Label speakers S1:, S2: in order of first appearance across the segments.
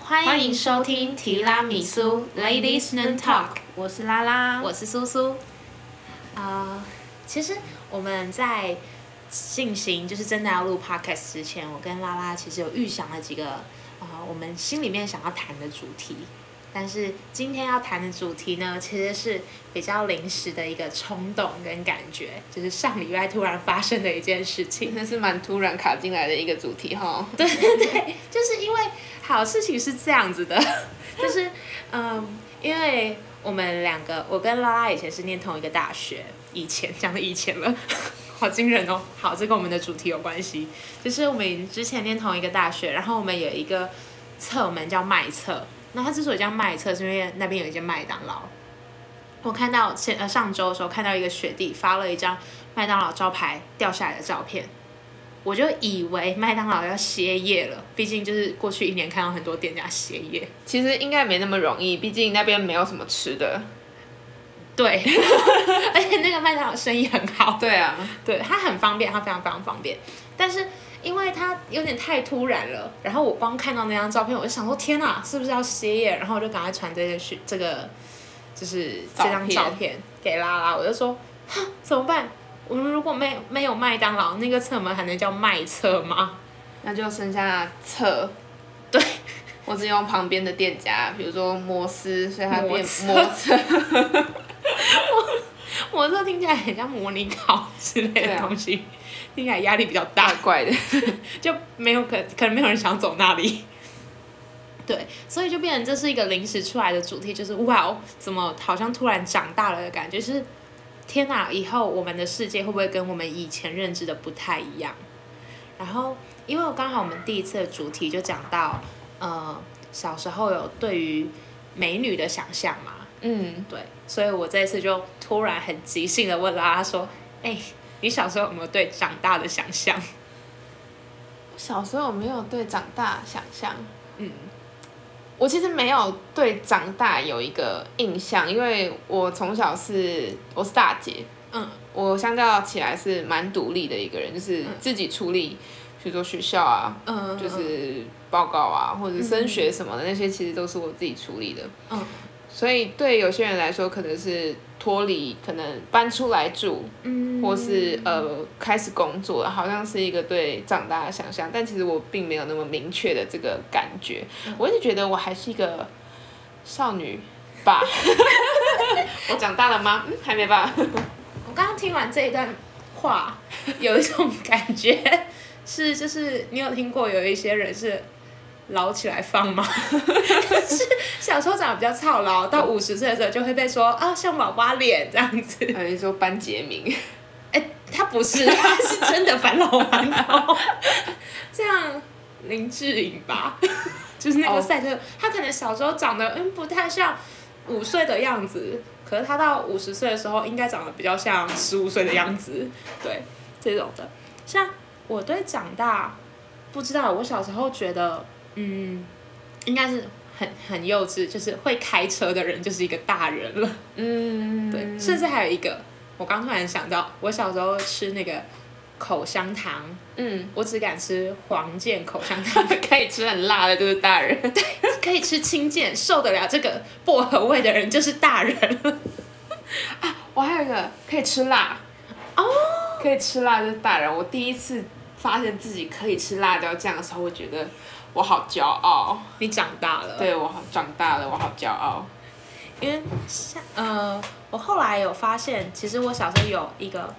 S1: 欢迎收听提拉米苏 Ladies Noon Talk，
S2: 我是拉拉。
S1: 我是苏苏。
S2: 啊、其实我们在进行就是真的要录 podcast 之前，我跟拉拉其实有预想了几个啊、我们心里面想要谈的主题。但是今天要谈的主题呢，其实是比较临时的一个冲动跟感觉，就是上礼拜突然发生的一件事情。
S1: 那是蛮突然卡进来的一个主题哈。
S2: 对对对，就是因为好事情是这样子的， 就是嗯，因为我们两个，我跟拉拉以前是念同一个大学，以前讲的以前了， 好惊人哦。好，这跟我们的主题有关系，就是我们之前念同一个大学，然后我们有一个侧门叫麦侧，那它之所以叫麦侧，是因为那边有一间麦当劳。我看到前呃上周的时候看到一个学弟发了一张麦当劳招牌掉下来的照片，我就以为麦当劳要歇业了，毕竟就是过去一年看到很多店家歇业。
S1: 其实应该没那么容易，毕竟那边没有什么吃的。
S2: 对， 而且那个麦当劳生意很好，
S1: 对啊，
S2: 对它很方便，它非常非常方便。但是因为它有点太突然了，然后我光看到那张照片，我就想说天哪，是不是要歇业？然后我就赶快传这件讯，这个就是这张
S1: 照
S2: 照片给拉拉，我就说哼怎么办？我们如果没有没有麦当劳，那个侧门还能叫麦侧吗？
S1: 那就剩下侧。
S2: 对，
S1: 我只用旁边的店家，比如说摩斯，所以它
S2: 摩
S1: 变
S2: 斯
S1: 摩 斯。
S2: 我这听起来很像模拟考之类
S1: 对
S2: 的
S1: 啊
S2: 东西，听起来压力比较大
S1: 怪。怪的，
S2: 就没有可可能没有人想走那里。对，所以就变成这是一个临时出来的主题，就是哇哦，怎么好像突然长大了的感觉？就是天哪，以后我们的世界会不会跟我们以前认知的不太一样？然后，因为我刚好我们第一次的主题就讲到，呃，小时候有对于美女的想象嘛，
S1: 嗯，
S2: 对，所以我这一次就突然很即兴的问啦，他说：“哎、你小时候有没有对长大的想象？”
S1: 小时候没有对长大想象，
S2: 嗯，
S1: 我其实没有对长大有一个印象，因为我从小是我是大姐，
S2: 嗯，
S1: 我相较起来是蛮独立的一个人，就是自己处理，比如说学校啊，
S2: 嗯，
S1: 就是报告啊，或者升学什么的那些，其实都是我自己处理的。
S2: 嗯，
S1: 所以对有些人来说，可能是脱离，可能搬出来住，
S2: 嗯，
S1: 或是呃开始工作，好像是一个对长大的想象，但其实我并没有那么明确的这个感觉，我一直觉得我还是一个少女 吧。我长大了吗？嗯，还没吧。
S2: 嗯我刚刚听完这一段 话，有一种感觉是，就是你有听过有一些人是老起来放 吗？是小时候长得比较操劳，到五十岁的时候就会被说啊像娃娃脸这样子。
S1: 还有说班杰明，
S2: 哎、他不是， 他是真的返老还童，像林志颖吧， 就是那个
S1: 哦
S2: 赛车，他可能小时候长得嗯不太像五岁的样子，可是他到五十岁的时候应该长得比较像十五岁的样子，对这种的。像我对长大，不知道我小时候觉得，嗯，应该是很很幼稚，就是会开车的人就是一个大人了。
S1: 嗯，
S2: 对，甚至还有一个，我刚突然想到，我小时候吃那个口香糖，
S1: 嗯，
S2: 我只敢吃黄健口香糖，
S1: 可以吃很辣的就是大人。
S2: 可以吃青健，受得了这个薄荷味的人就是大人 了。
S1: 我还有一个可以吃辣，哦，可以吃辣就是大人。我第一次发现自己可以吃辣椒酱的时候，我觉得我好骄傲。
S2: 你长大了，，
S1: 对我好长大了，我好骄傲。
S2: 因为像呃，我后来有发现，其实我小时候有一个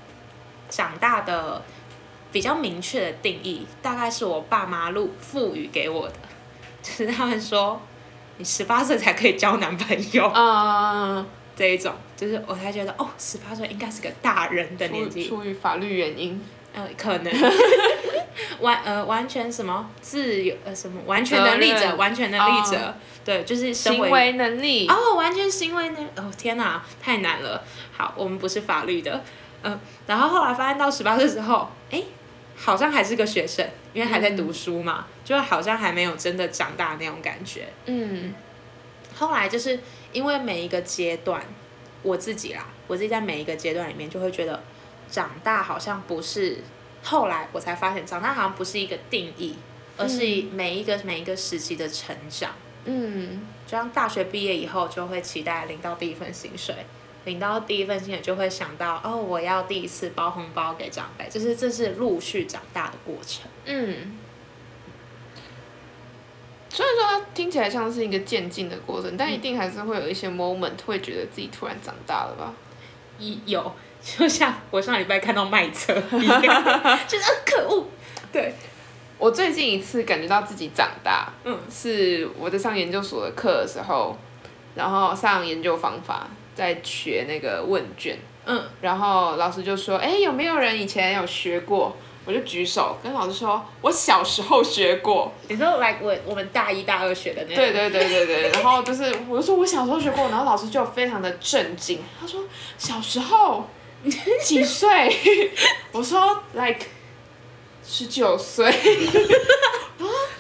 S2: 长大的比较明确的定义，大概是我爸妈路赋予给我的，就是他们说，你十八岁才可以交男朋友。
S1: 嗯，
S2: 这一种，就是我才觉得哦，十八岁应该是个大人的年纪，
S1: 出于法律原因，
S2: 呃，可 能完呃完全什么自由呃什么完全能力
S1: 责
S2: 者，
S1: 任
S2: 完全能力者，
S1: 哦
S2: 对，就是身
S1: 行
S2: 为
S1: 为能力。
S2: 哦，完全行为能哦天哪，太难了。好，我们不是法律的，嗯、然后后来发现到十八岁之后，哎，好像还是个学生，因为还
S1: 嗯
S2: 在读书嘛，就好像还没有真的长大那种感觉。
S1: 嗯
S2: 后来就是因为每一个阶段，我自己啦，我自己在每一个阶段里面就会觉得，长大好像不是，后来我嗯才发现，长大好像不是一个定义，而是每一个、每一个时期的成长。
S1: 嗯，
S2: 就像大学毕业以后，就会期待领到第一份薪水，领到第一份薪水就会想到，哦，我要第一次包红包给长辈，就是这是陆续长大的过程。
S1: 嗯，虽然说它听起来像是一个渐进的过程，但一定还是会有一些 moment 会觉得自己突然长大了吧？
S2: 一有， 就像我上礼拜看到卖车一样， 就是啊可恶。 对，
S1: 我最近一次感觉到自己长大，
S2: 嗯，
S1: 是我在上研究所的课的时候，然后上研究方法，在学那个问卷，
S2: 嗯，
S1: 然后老师就说：“哎，有没有人以前有学过？”我就举手跟老师说：“我小时候学过。”
S2: 你说 like 我我们大一大二学的那
S1: 对对对对对，然后就是我就说我小时候学过，然后老师就非常的震惊，他说小时候几岁？ 我说 like 十九岁，啊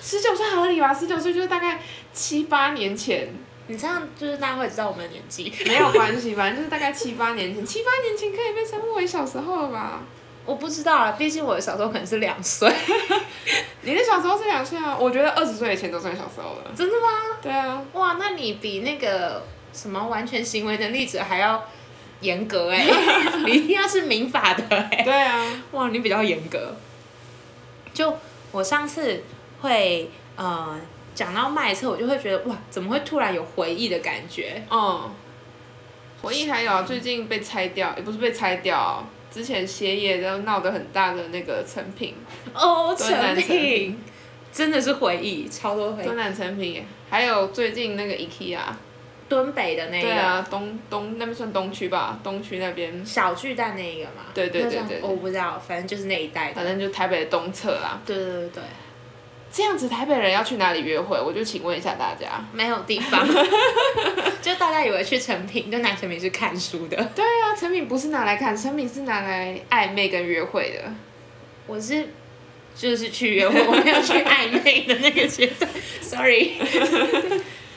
S1: 十九岁合理吧？十九岁就是大概七八年前，
S2: 你这样就是大家会知道我们的年纪。
S1: 没有关系，反正就是大概七八年前，七八年前可以被称呼为小时候了吧？
S2: 我不知道啊，毕竟我的小时候可能是两岁。
S1: 你的小时候是两岁啊？我觉得二十岁以前都算小时候了。
S2: 真的吗？
S1: 对啊，
S2: 哇，那你比那个什么完全行为能力者还要严格哎、 你一定要是民法的哎、
S1: 对啊，
S2: 哇，你比较严格。就我上次会呃讲到卖车，我就会觉得哇，怎么会突然有回忆的感觉？
S1: 嗯，回忆还有啊最近被拆掉，也不是被拆掉啊、之前鞋业都闹得很大的那个成品，
S2: 哦，
S1: 敦
S2: 成
S1: 南成品
S2: 品真的是回忆，超多回忆
S1: 东。南成品耶，还有最近那个 IKEA，
S2: 敦北的那
S1: 对
S2: 个、
S1: 啊，东东那边算东区吧，东区那边，
S2: 小巨蛋那一个嘛，
S1: 对对对
S2: 那叫
S1: 对对呃
S2: 我不知道，反正就是那一带
S1: 反
S2: 的。
S1: 正就台北的东侧啦。
S2: 对对对对，
S1: 这样子台北人要去哪里约会？我就请问一下大家。
S2: 没有地 方，就大家以为去成品，就拿成品去看书的。
S1: 对啊，成品不是拿来看，成品是拿来暧昧跟约会的。
S2: 我是就是去约会，我没有去暧昧的那个阶 段，sorry。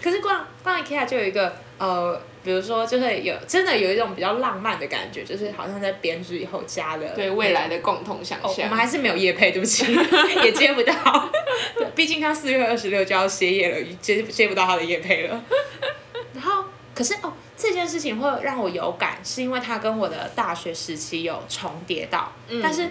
S2: 可是逛逛 IKEA 就有一个呃，比如说就是有真的有一种比较浪漫的感觉，就是好像在编织以后加了
S1: 对未来的共同想
S2: 呃哦，我
S1: 象。
S2: 们还是没有夜配，对不 起，也接不到。对，毕竟他四月二十六就要歇业了，接接不到他的夜配了。然后，可是哦，这件事情会让我有感，是因为它跟我的大学时期有重叠到。
S1: 嗯
S2: 但是，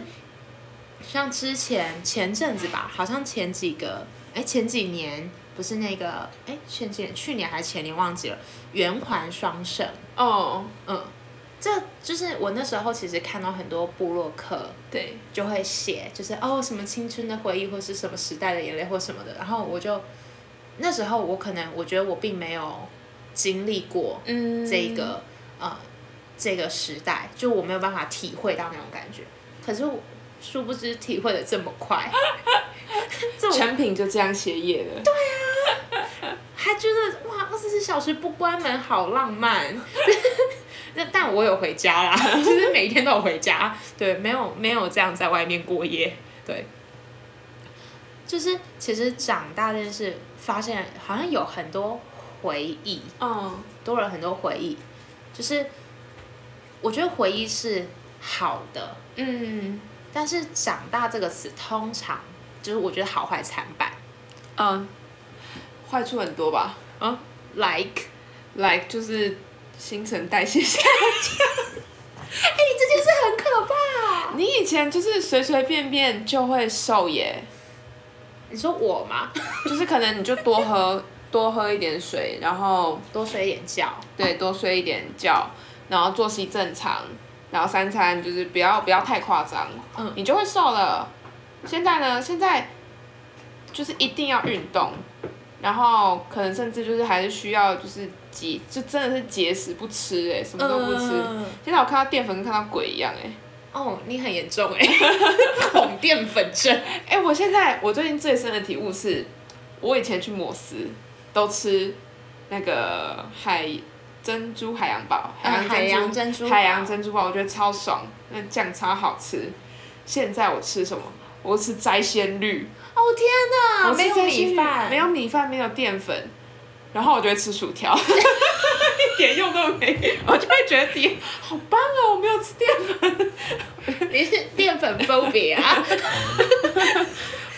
S2: 像之前前阵子吧，好像前几个，哎，前几年不是那个，哎，前几年去年还是前年忘记了，圆环双圣，
S1: 哦，
S2: 嗯，这就是我那时候其实看到很多部落客。
S1: 对，
S2: 就会写，就是哦什么青春的回忆，或是什么时代的眼泪，或什么的。然后我就那时候我可能我觉得我并没有经历过
S1: 嗯
S2: 这个、呃这个时代，就我没有办法体会到那种感觉。可是我殊不知体会的这么快， 这种
S1: 成品就这样歇业了。
S2: 还觉得哇二十四小时不关门好浪漫。 那但我有回家啦， 就是每天都有回家，对，没有没有这样在外面过夜，对。就是其实长大这件事，发现好像有很多回忆，
S1: 嗯，
S2: 多了很多回忆，就是我觉得回忆是好的，
S1: 嗯
S2: 但是长大这个词通常就是我觉得好坏参半
S1: 嗯，坏处很多吧
S2: 啊，like。
S1: ，like 就是新陈代谢 下。
S2: 哎、这件事很可怕。
S1: 你以前就是随随便便就会瘦耶，
S2: 你说我吗？
S1: 就是可能你就多喝多喝一点水，然后
S2: 多睡一点觉，
S1: 对多睡一点觉，然后作息正常，然后三餐就是不要不要太夸张，
S2: 嗯
S1: 你就会瘦了。现在呢，现在就是一定要运动，然后可能甚至就是还是需要就是节，就真的是节食不吃哎，什么都不
S2: 嗯
S1: 吃。现在我看到淀粉跟看到鬼一样哎、
S2: 哦，你很严重哎、 恐淀粉症。
S1: 哎、我现在我最近最深的体悟是，我以前去摩斯都吃那个海珍珠海洋堡，
S2: 嗯海洋
S1: 珍
S2: 珍
S1: 珠
S2: 珠
S1: 海洋珍珠堡，我觉得超爽，那酱超好吃。现在我吃什么？我吃斋鲜绿，
S2: 哦天哪，
S1: 我吃
S2: 没有
S1: 斋鲜
S2: 米
S1: 绿
S2: 饭，
S1: 没有米饭，没有淀粉，然后我就会吃薯条， 一点用都没有，我就会觉得自己好棒哦，我没有吃淀粉，
S2: 你是淀粉分别 啊？
S1: 嗯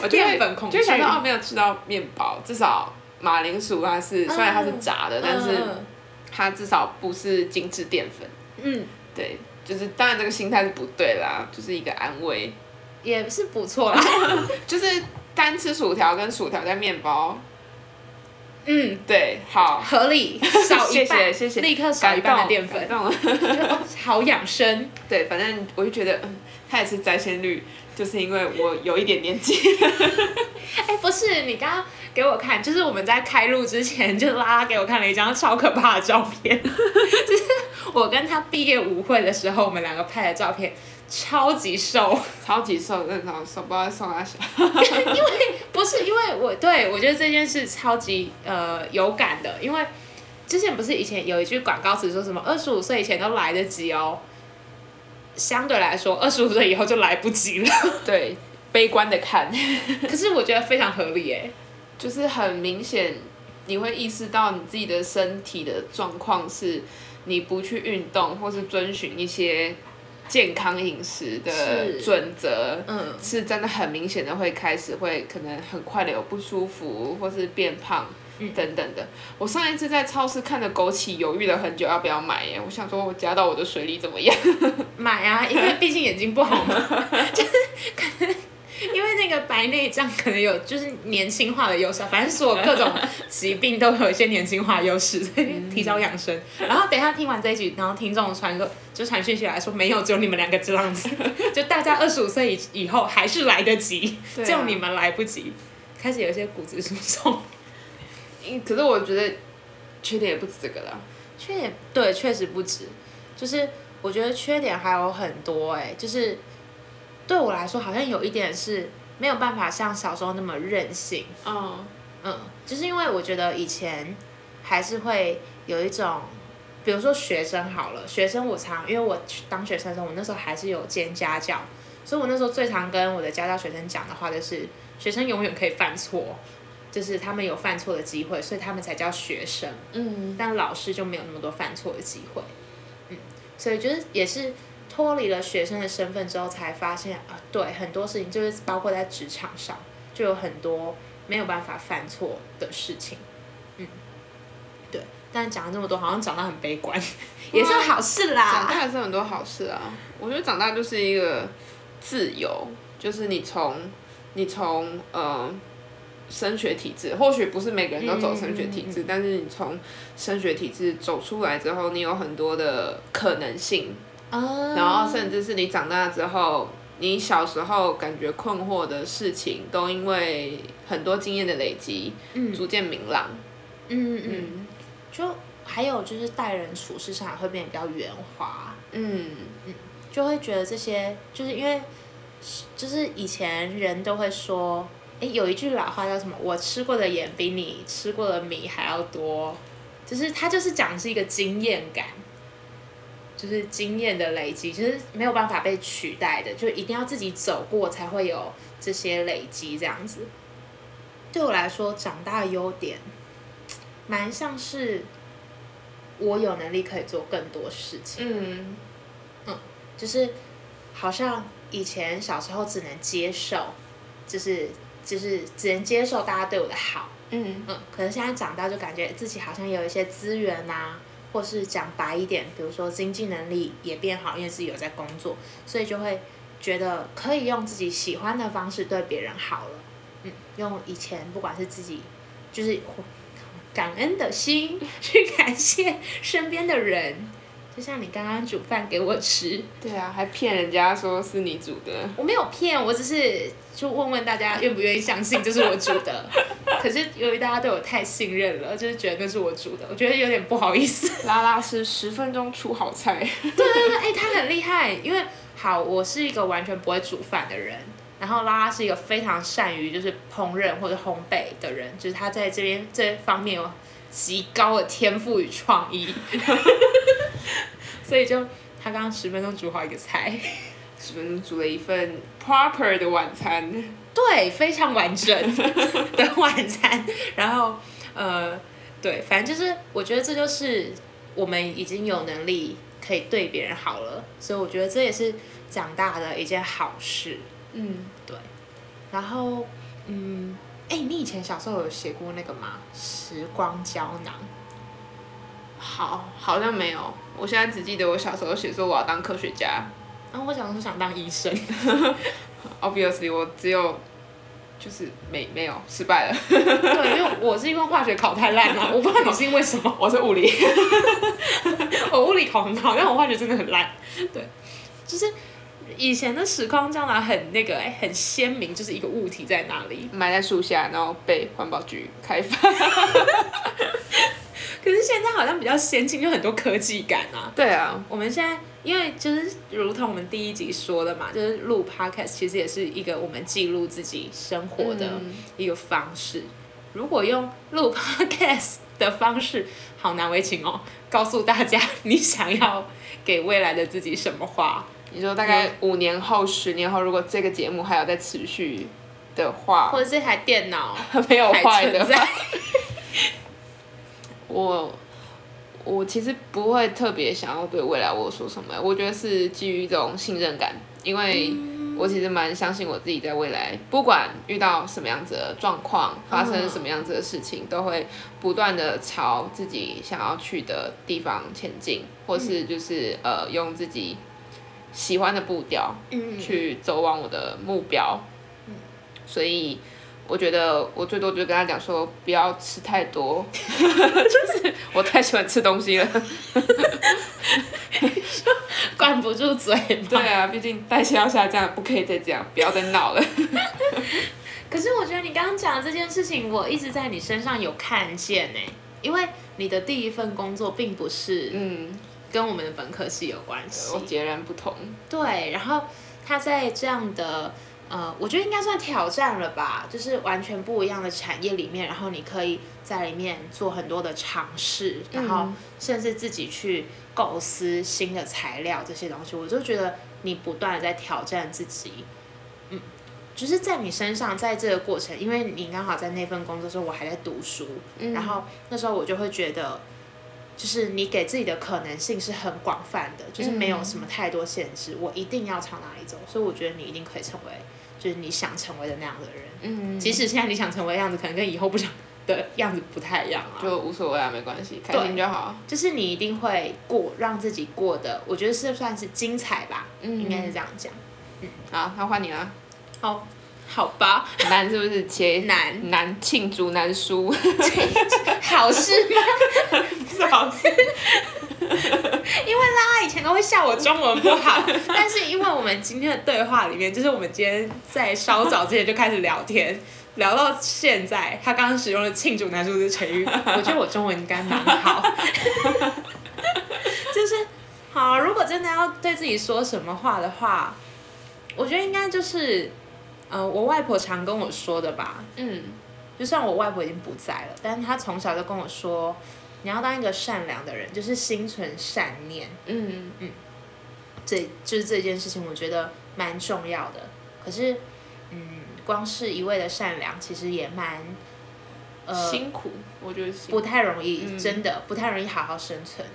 S1: 我就会
S2: 淀粉恐惧
S1: 就会想到哦，没有吃到面包，至少马铃薯它是虽然它是炸的，但是
S2: 嗯
S1: 它至少不是精致淀粉。
S2: 嗯，
S1: 对，就是当然这个心态是不对啦，就是一个安慰，
S2: 也是不错 啦。
S1: 就是单吃薯条跟薯条加面包，
S2: 嗯，
S1: 对，好，
S2: 合理，少一半，
S1: 谢谢谢谢
S2: 立刻少一半的淀粉，
S1: 感动了
S2: 好养生。
S1: 对，反正我就觉得嗯它也是摘仙率，就是因为我有一点年纪，
S2: 哎、不是，你刚刚给我看，就是我们在开录之前，就拉拉给我看了一张超可怕的照 片，就是我跟他毕业舞会的时候，我们两个拍的照片，超级瘦。
S1: 超级瘦，真的超瘦，不知道在瘦哪小。
S2: 不是因为我对我觉得这件事超级呃有感的，因为之前不是以前有一句广告词说什么二十五岁以前都来得及哦，相对来说二十五岁以后就来不及了。
S1: 对，悲观的看，
S2: 可是我觉得非常合理耶，
S1: 就是很明显，你会意识到你自己的身体的状况是，你不去运动或是遵循一些健康饮食的
S2: 是
S1: 准则。
S2: 嗯，
S1: 是真的很明显的会开始会可能很快的有不舒服或是变胖等等的。我上一次在超市看的枸杞，犹豫了很久要不要买耶，我想说我加到我的水里怎么样？
S2: 买啊，因为毕竟眼睛不好嘛， 就是可能因为那个白内障可能有就是年轻化的优势啊，反正所有各种疾病都有一些年轻化优势，所以提早养生。然后等一下听完这一集，然后听众传说就传讯息来说没有，只有你们 两个这样子，就大家二十五岁以以后还是来得及，
S1: 对啊
S2: 只有你们来不及。开始有一些骨质疏松，
S1: 嗯可是我觉得缺点也不止这个啦。
S2: 确对，确实不止，就是我觉得缺点还有很多哎、就是对我来说好像有一点是没有办法像小时候那么任性，
S1: 嗯，
S2: 嗯，就是因为我觉得以前还是会有一种，比如说学生好了，学生我常因为我当学生的时候，我那时候还是有兼家教，所以我那时候最常跟我的家教学生讲的话就是，学生永远可以犯错，就是他们有犯错的机会，所以他们才叫学生。
S1: 嗯，
S2: 但老师就没有那么多犯错的机会。嗯，所以就是也是脱离了学生的身份之后，才发现啊，对很多事情，就是包括在职场上，就有很多没有办法犯错的事情。嗯，对。但讲了这么多，好像长得很悲观，也是好事
S1: 长
S2: 啦。
S1: 大是很多好事啊。我觉得长大就是一个自由，就是你从你从呃升学体制，或许不是每个人都走升学体制，但是你从升学体制走出来之后，你有很多的可能性，
S2: 啊
S1: 然后甚至是你长大之后。你小时候感觉困惑的事情，都因为很多经验的累积，
S2: 嗯
S1: 逐渐明朗。
S2: 嗯嗯，
S1: 嗯
S2: 就还有就是待人处事上也会变得比较圆滑。
S1: 嗯，
S2: 就会觉得这些就是因为，就是以前人都会说，哎，有一句老话叫什么？我吃过的盐比你吃过的米还要多，就是它就是讲的是一个经验感，就是经验的累积，就是没有办法被取代的，就一定要自己走过才会有这些累积这样子。对我来说，长大的优点，蛮像是我有能力可以做更多事情。
S1: 嗯，
S2: 就是好像以前小时候只能接受，就是就是只能接受大家对我的好，
S1: 嗯，
S2: 嗯，可是现在长大就感觉自己好像有一些资源呐、或是讲白一点，比如说经济能力也变好，因为自己有在工作，所以就会觉得可以用自己喜欢的方式对别人好了，嗯，用以前不管是自己就是感恩的心去感谢身边的人，就像你刚刚煮饭给我吃，
S1: 对啊，还骗人家说是你煮的，
S2: 我没有骗，我只是就问问大家愿不愿意相信这是我煮 的。可是由于大家对我太信任了，就是觉得那是我煮的，我觉得有点不好意思。
S1: 拉拉是十分钟出好菜，
S2: 对对，哎、他很厉害，因为好，我是一个完全不会煮饭的人，然后拉拉是一个非常善于就是烹饪或者烘焙的人，就是他在这边这方面有极高的天赋与创 意，所以就他刚刚十分钟煮好一个菜。
S1: 十分钟煮了一份 proper 的晚餐。
S2: 对，非常完整 的晚餐。然后，呃，对，反正就是我觉得这就是我们已经有能力可以对别人好了，所以我觉得这也是长大的一件好事。
S1: 嗯，
S2: 然后，嗯，哎、你以前小时候有写过那个吗？时光胶囊，
S1: 好，好像没有。我现在只记得我小时候写说我要当科学家
S2: 然、后我小时候想当医生，
S1: ，obviously 我只有就是没没有失败了，
S2: 对，因为我是因为化学考太烂了，我不知道你是因为什么。
S1: 我是物理。
S2: 我物理考很好，但我化学真的很烂。对，就是以前的时光胶囊很那个、哎，很鲜明，就是一个物体在那里。
S1: 埋在树下，然后被环保局开发。
S2: 可是现在好像比较先进，就很多科技感啊。
S1: 对 啊，
S2: 我们现在因为就是如同我们第一集说的嘛，就是录 podcast 其实也是一个我们记录自己生活的
S1: 嗯
S2: 一个方式。如果用录 podcast 的方式，好难为情哦。告诉大家 你想要给未来的自己什么话。
S1: 你说大概五年后、十年后，如果这个节目还有在持续的话，
S2: 或者这台电脑
S1: 没有坏
S2: 还
S1: 的
S2: 存
S1: 话，
S2: 在，
S1: 我我其实不会特别想要对未来我说什么，我觉得是基于一种信任感，因为我其实蛮相信我自己在未来，不管遇到什么样子的状况，发生什么样子的事情，都会不断的朝自己想要去的地方前进，或是就是呃用自己喜欢的步调
S2: 嗯，
S1: 去走往我的目标。所以我觉得我最多就跟他讲说，不要吃太 多，就是我太喜欢吃东西了。
S2: 管不住嘴
S1: 对
S2: 嘛。
S1: 啊，毕竟代谢要下降，不可以再这样，不要再闹了。
S2: 可是我觉得你刚刚讲的这件事情，我一直在你身上有看见呢、因为你的第一份工作并不是
S1: 嗯，
S2: 跟我们的本科系有关系
S1: 我，截然不同。
S2: 对，然后他在这样的。呃，我觉得应该算挑战了吧，就是完全不一样的产业里面，然后你可以在里面做很多的尝试，然后
S1: 嗯
S2: 甚至自己去构思新的材料这些东西，我就觉得你不断的在挑战自己，嗯，就是在你身上，在这个过程，因为你刚好在那份工作的时候，我还在读书，
S1: 嗯
S2: 然后那时候我就会觉得，就是你给自己的可能性是很广泛的，就是没有什么太多限制，
S1: 嗯
S2: 我一定要朝哪里走，所以我觉得你一定可以成为，就是你想成为的那样的人，
S1: 嗯，
S2: 即使现在你想成为的样子，可能跟以后不想的样子不太一样啊，
S1: 就无所谓啊，没关系，开
S2: 对
S1: 心就好。
S2: 就是你一定会过，让自己过得，我觉得是算是精彩吧，
S1: 嗯
S2: 应该是这样讲。
S1: 好，那换你啦。
S2: 哦，好吧，
S1: 难是不是？切
S2: 难
S1: 难庆祝难输，
S2: 好事吗？
S1: 不是好事。
S2: 他以前都会笑我中文不好，但是因为我们今天的对话里面，就是我们今天在稍早之前就开始聊天。 聊到现在，他刚刚使用的“ 罄竹难书”这成语，我觉得我中文应该蛮好。 就是好，如果真的要对自己说什么话的话，我觉得应该就是，呃，我外婆常跟我说的吧，
S1: 嗯
S2: 就算我外婆已经不在了，但是她从小就跟我说，你要当一个善良的人，就是心存善念。
S1: 嗯
S2: 这就是这件事情，我觉得蛮重要的。可是，嗯，光是一味的善良，其实也蛮，呃，
S1: 辛苦，我觉得辛
S2: 不
S1: 苦。
S2: 太容易，
S1: 嗯
S2: 真的不太容易好好生存。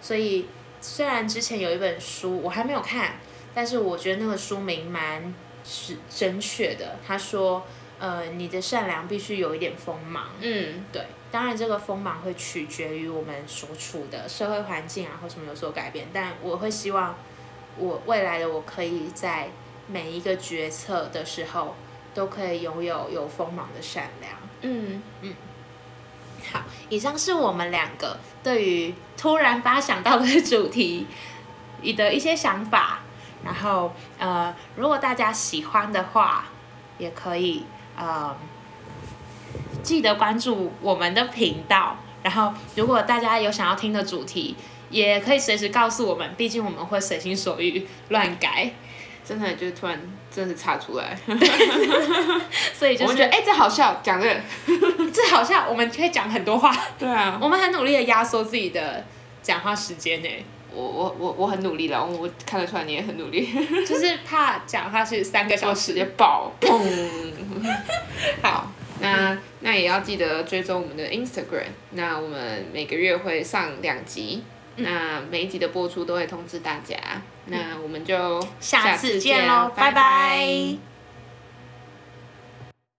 S2: 所以，虽然之前有一本书我还没有看，但是我觉得那个书名蛮是正确的。他说，呃，你的善良必须有一点锋芒。
S1: 嗯
S2: 对，当然这个锋芒会取决于我们所处的社会环境啊或什么有所改变，但我会希望我未来的我可以在每一个决策的时候都可以拥有有锋芒的善良。
S1: 嗯，
S2: 好，以上是我们两个对于突然发想到的 主题你的一些想法。然后，呃，如果大家喜欢的话，也可以呃记得关注我们的频道。然后，如果大家有想要听的主题，也可以随时告诉我们，毕竟我们会随心所欲乱改。
S1: 真的就是突然真的是插出来。
S2: 所以就
S1: 我
S2: 是
S1: 们觉得哎、这好笑，讲这个。
S2: 这好像我们可以讲很多话，
S1: 对啊，
S2: 我们很努力的压缩自己的讲话时间呢、
S1: 我我我我很努力了，我我看得出来你也很努力，
S2: 就是怕讲下去三个小
S1: 我
S2: 时
S1: 直。接爆砰。好， 那那也要记得追踪我们的 Instagram，那我们每个月会上两集。
S2: 嗯
S1: 那每一集的播出都会通知大家，那我们就
S2: 下次见
S1: 咯
S2: 喽，拜拜。
S1: 拜